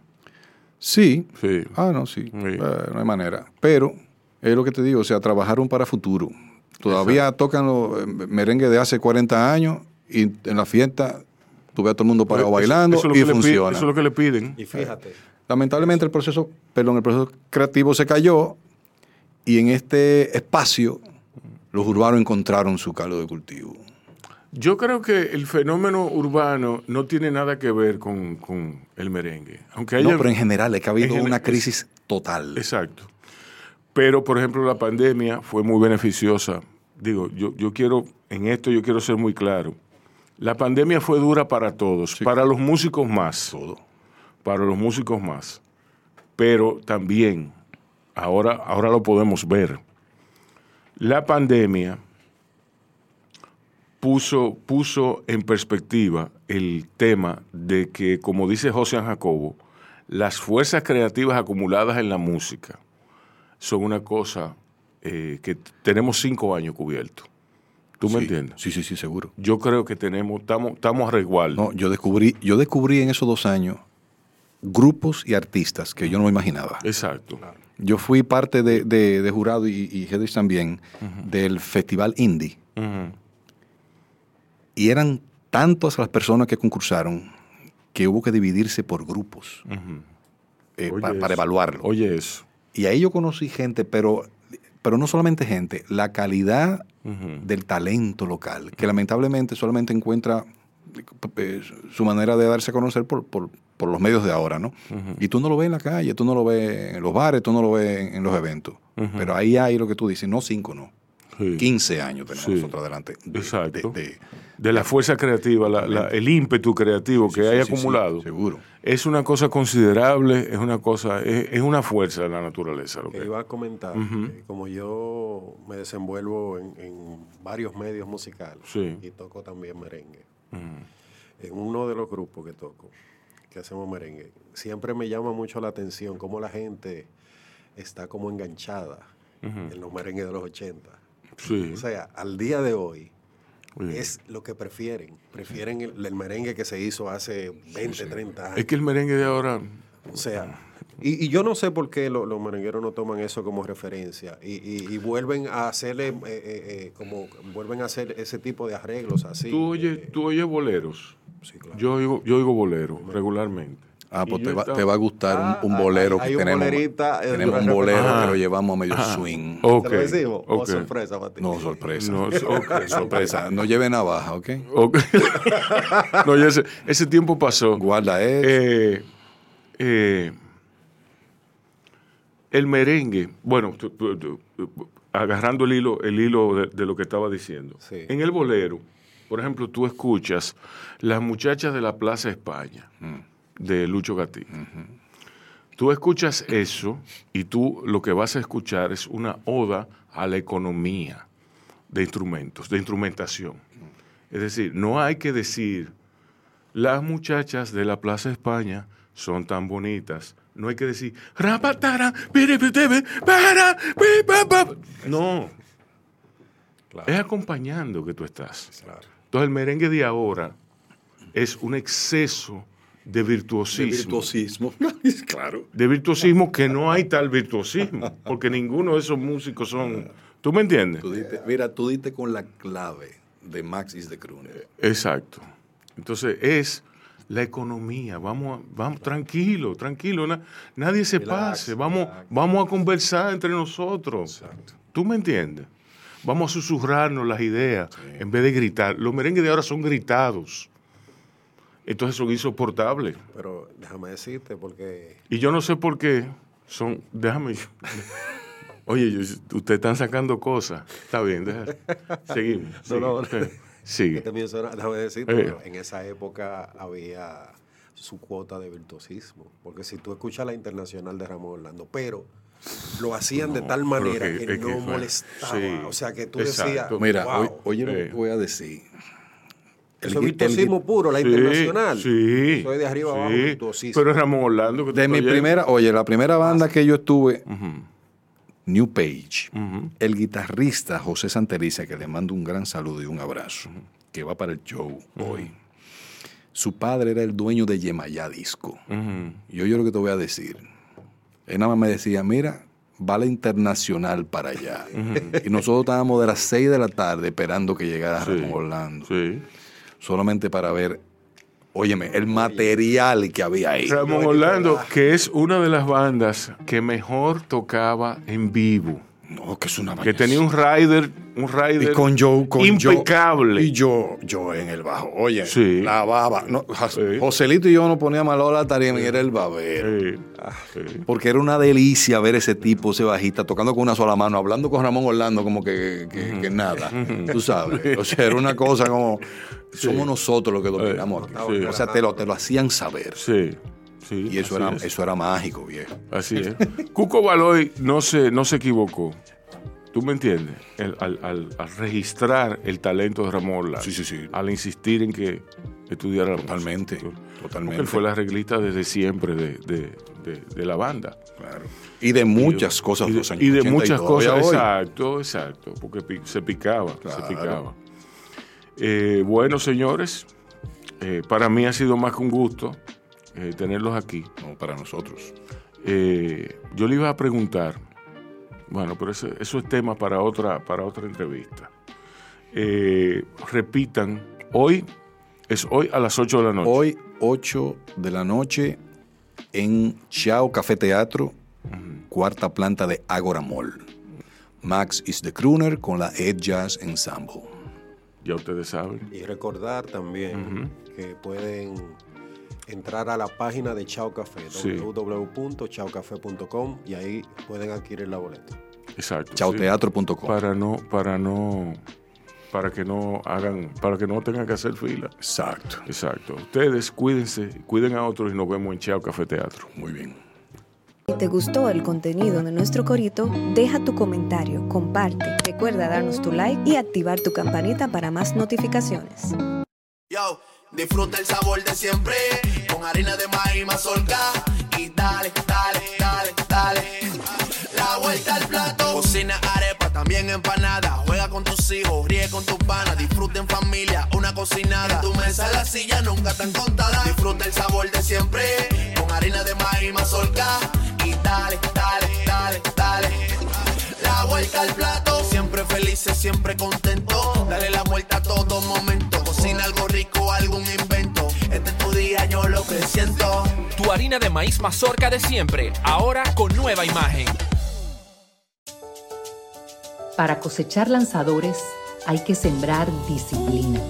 Sí.
Sí.
Ah, no, sí.
Sí.
Eh, no hay manera. Pero es lo que te digo, o sea, trabajaron para futuro. Todavía tocan los eh, merengue de hace 40 años y en la fiesta tú ves a todo el mundo parado
Eso-
bailando
eso es lo que
y
le pi-
funciona.
eso es lo que le piden.
Y fíjate,
Lamentablemente el proceso, perdón, el proceso creativo se cayó y en este espacio los urbanos encontraron su caldo de cultivo.
Yo creo que el fenómeno urbano no tiene nada que ver con, con el merengue. Aunque haya,
No, pero en general es que ha habido
en gen-
una crisis total.
Exacto. Pero, por ejemplo, la pandemia fue muy beneficiosa. Digo, yo, yo quiero, en esto yo quiero ser muy claro. La pandemia fue dura para todos, para los músicos más. Para los músicos más. Pero también, ahora, ahora lo podemos ver. La pandemia puso, puso en perspectiva el tema de que, como dice José Jacobo, las fuerzas creativas acumuladas en la música son una cosa eh, que t- tenemos cinco años cubiertos. ¿Tú me
Sí.
entiendes?
Sí, sí, sí, seguro.
Yo creo que tenemos, estamos, estamos a resguardo.
No, yo descubrí, yo descubrí en esos dos años grupos y artistas que yo no me imaginaba.
Exacto.
Yo fui parte de, de- de jurado y, y Hedrich también del Festival Indie.
Ujú.
Y eran tantas las personas que concursaron que hubo que dividirse por grupos eh,
Oye
pa-
eso.
para evaluarlo.
Oye eso.
Y ahí yo conocí gente, pero, pero no solamente gente, la calidad
Ujú.
del talento local, que lamentablemente solamente encuentra eh, su manera de darse a conocer por, por- por los medios de ahora, ¿no? Y tú no lo ves en la calle, tú no lo ves en los bares, tú no lo ves en, en los eventos. Pero ahí hay lo que tú dices, no cinco, no.
Sí.
15 años tenemos
Sí.
nosotros adelante. de-
Exacto.
de- de-
De la fuerza creativa, la- la- el ímpetu creativo que
sí,
hay
sí, sí,
acumulado.
seguro.
Es una cosa considerable, es una cosa, es, es una fuerza de la naturaleza. Lo que
que iba a comentar, que como yo me desenvuelvo en, en varios medios musicales
Sí.
y toco también merengue, en uno de los grupos que toco, que hacemos merengue, siempre me llama mucho la atención cómo la gente está como enganchada en los merengues de los 80.
Sí.
O sea, al día de hoy
Sí.
es lo que prefieren. Prefieren el, el merengue que se hizo hace 20, 30 años.
Es que el merengue de ahora.
O sea, y, y yo no sé por qué lo- los merengueros no toman eso como referencia y, y- y vuelven a hacerle eh, eh, eh, como vuelven a hacer ese tipo de arreglos así.
Tú oyes,
eh,
tú oyes boleros.
sí, claro.
Yo oigo, yo oigo boleros regularmente.
Ah, pues
Y
te
yo
va,
estaba-
te va a gustar
Ah,
un, un
hay-
bolero
hay
que
un
tenemos.
bolerita, eh,
tenemos un
de-
bolero
Ah.
que lo llevamos a medio swing.
Ok.
¿Te lo decimos? ¿O
ok.
sorpresa para ti?
No, sorpresa. <laughs>
No, es- ok,
sorpresa. No lleve navaja, ¿ok?
ok. <laughs> no, ya ese, ese tiempo pasó.
Guarda eso.
Eh, eh, el merengue, bueno, tú- tú- tú- agarrando el hilo, el hilo de, de lo que estaba diciendo.
Sí.
En el bolero, por ejemplo, tú escuchas Las muchachas de la Plaza España, de Lucho Gatí. Tú escuchas eso y tú lo que vas a escuchar es una oda a la economía de instrumentos, de instrumentación. Es decir, no hay que decir las muchachas de la Plaza España son tan bonitas. No hay que decir, "Rapatara, piripitebe, para, pi, pa, pa". no. Es acompañando que tú estás. Entonces el merengue de ahora es un exceso de virtuosismo. De virtuosismo, <laughs>
claro.
que no hay tal virtuosismo, porque ninguno de esos músicos son... ¿Tú me entiendes?
Tú diste- mira, tú diste con la clave de Maxis de
Eh,
Kruner.
Exacto. Entonces es la economía. Vamos, a- vamos tranquilo, tranquilo. na- nadie se pase. Vamos, vamos a conversar entre nosotros. ¿Tú me entiendes? Vamos a susurrarnos las ideas en vez de gritar. Los merengues de ahora son gritados. Entonces son insoportables.
Pero déjame decirte, porque
Y yo no sé por qué son. Déjame.
<laughs>
yo- Oye, yo- ustedes están sacando cosas. Está bien, déjame. Seguimos. sigue,
no, Este no.
sí,
que
Sigue.
también suena- déjame decirte,
Eh.
pero en esa época había su cuota de virtuosismo. Porque si tú escuchas la internacional de Ramón Orlando, pero lo hacían de
No,
tal
pero
manera
que-
que,
es que
no
fue-
molestaba.
sí,
o sea, que tú
exacto.
decías,
Mira,
wow,
oye- oye lo que
Eh.
te voy a decir. El
eso
gui-
es
el
virtuosismo
gui-
puro, la
Sí,
internacional.
Sí.
Soy de arriba abajo,
sí.
virtuosismo.
Pero Ramón Orlando. Que tú
De mi
estás
primera, oye, la primera banda que yo estuve,
Ujú.
New Page,
Ujú.
el guitarrista José Santeliza, que le mando un gran saludo y un abrazo, que va para el show hoy. Su padre era el dueño de Yemayá Disco.
Ujú.
Y oye lo que te voy a decir. Él nada más me decía, mira, va la internacional para allá. y nosotros estábamos de las 6 de la tarde esperando que llegara
Sí,
Ramón Orlando.
Sí.
Solamente para ver, óyeme, el material que había ahí.
Ramón Orlando, que es una de las bandas que mejor tocaba en vivo.
No, que es una
Que
vaina
tenía un rider, un rider
Y con Joe, con Joe.
impecable.
y yo, yo en el bajo. Oye,
Sí.
la baba. No, Jos-
Sí.
Joselito y yo nos poníamos al lado de la tarima y era el babero.
Sí.
Ah.
Sí.
Porque era una delicia ver ese tipo, ese bajista, tocando con una sola mano, hablando con Ramón Orlando como que, que- que nada. Tú sabes. O sea, era una cosa como. Somos nosotros los que dominamos aquí.
Eh, Sí.
O sea, te lo, te lo hacían saber.
Sí. sí,
Y eso
así
era,
es.
eso era mágico, viejo.
Así es.
<laughs>
Cuco Baloy no se, no se equivocó. ¿Tú me entiendes? El- al, al- al registrar el talento de Ramón Orlando.
Sí, sí, sí.
Al insistir en que estudiara la música.
Totalmente,
Porque
totalmente.
él fue la arreglista desde siempre de, de- de- de la banda.
Y de muchas cosas.
Y
de
de,
los años
y de
80
muchas
todavía
cosas.
hoy.
Exacto, exacto. Porque pi- se picaba,
Claro.
se picaba. Eh, bueno, señores, eh, para mí ha sido más que un gusto eh, tenerlos aquí.
No, para nosotros.
Eh, yo le iba a preguntar, bueno, pero eso, eso es tema para otra, para otra entrevista. Eh, repitan, hoy es hoy a las 8 de la noche.
Hoy, 8 de la noche, en Chao Café Teatro, cuarta planta de Agora Mall. Max is the crooner con la Ed Jazz Ensemble.
Ya ustedes saben.
Y recordar también que pueden entrar a la página de Chao Café,
Sí.
www.chaocafé.com y ahí pueden adquirir la boleta.
Exacto. sí.
Chaoteatro.com.
Para no, para no, para que no hagan, para que no tengan que hacer fila.
Exacto.
Exacto. Ustedes cuídense, cuiden a otros y nos vemos en Chao Café Teatro.
Muy bien.
Si te gustó el contenido de nuestro corito, deja tu comentario, comparte, recuerda darnos tu like y activar tu campanita para más notificaciones.
Yo, disfruta el sabor de siempre con harina de maíz mazorca y dale, dale, dale, dale. La vuelta al plato. Cocina arepa, también empanada. Juega con tus hijos, ríe con tus panas. Disfruta en familia, una cocinada. En tu mesa la silla nunca tan contada. Disfruta el sabor de siempre con harina de maíz mazorca y dale, dale, dale, dale. La vuelta al plato. Siempre felices, siempre contento. Dale la vuelta a todo momento. Cocina algo rico, algún invento. Este es tu día, yo lo presiento.
Tu harina de maíz mazorca de siempre, ahora con nueva imagen.
Para cosechar lanzadores hay que sembrar disciplina.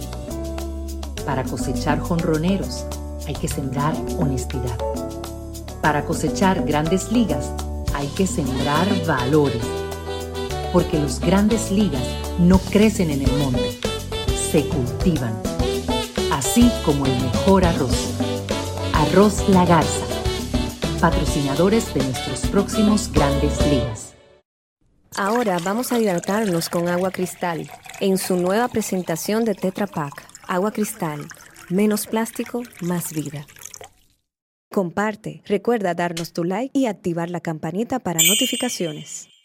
Para cosechar jonroneros hay que sembrar honestidad. Para cosechar grandes ligas hay que sembrar valores. Porque los grandes ligas no crecen en el monte, se cultivan. Así como el mejor arroz. Arroz La Garza. Patrocinadores de nuestros próximos grandes ligas.
Ahora vamos a hidratarnos con agua cristal en su nueva presentación de Tetra Pak. Agua cristal, menos plástico, más vida. Comparte, recuerda darnos tu like y activar la campanita para notificaciones.